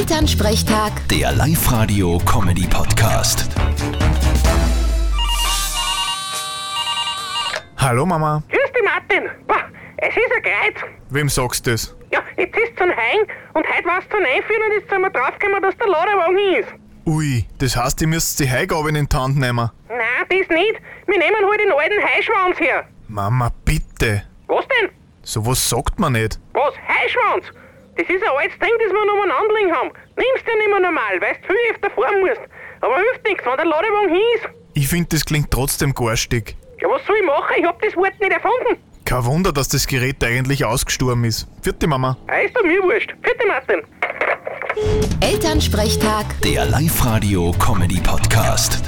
Elternsprechtag, Der Live-Radio-Comedy-Podcast. Hallo Mama, Grüß dich, Martin. Boah, es ist ein Kreuz. wem sagst du das? Ja, jetzt ist zum Heim und heute war es zum Einführen und jetzt sind wir draufgekommen, dass der Ladewagen ist. Ui, das heißt, ihr müsst die Heigabe in die Hand nehmen. Nein, das nicht. Wir nehmen halt den alten Heischwanz her. Mama, bitte, Was denn? sowas sagt man nicht. Was? Heischwanz? Das ist ein altes Ding, das wir noch mal anliegen haben. Nimmst du nicht mehr normal, weil du viel öfter fahren musst. Aber hilft nichts, wenn der Ladewagen hin ist. Ich finde, das klingt trotzdem garstig. Ja, was soll ich machen? Ich hab das Wort nicht erfunden. Kein Wunder, dass das Gerät eigentlich ausgestorben ist. Vierte Mama. Ah, ist doch mir wurscht. Vierte Martin. Elternsprechtag. Der Live-Radio-Comedy-Podcast.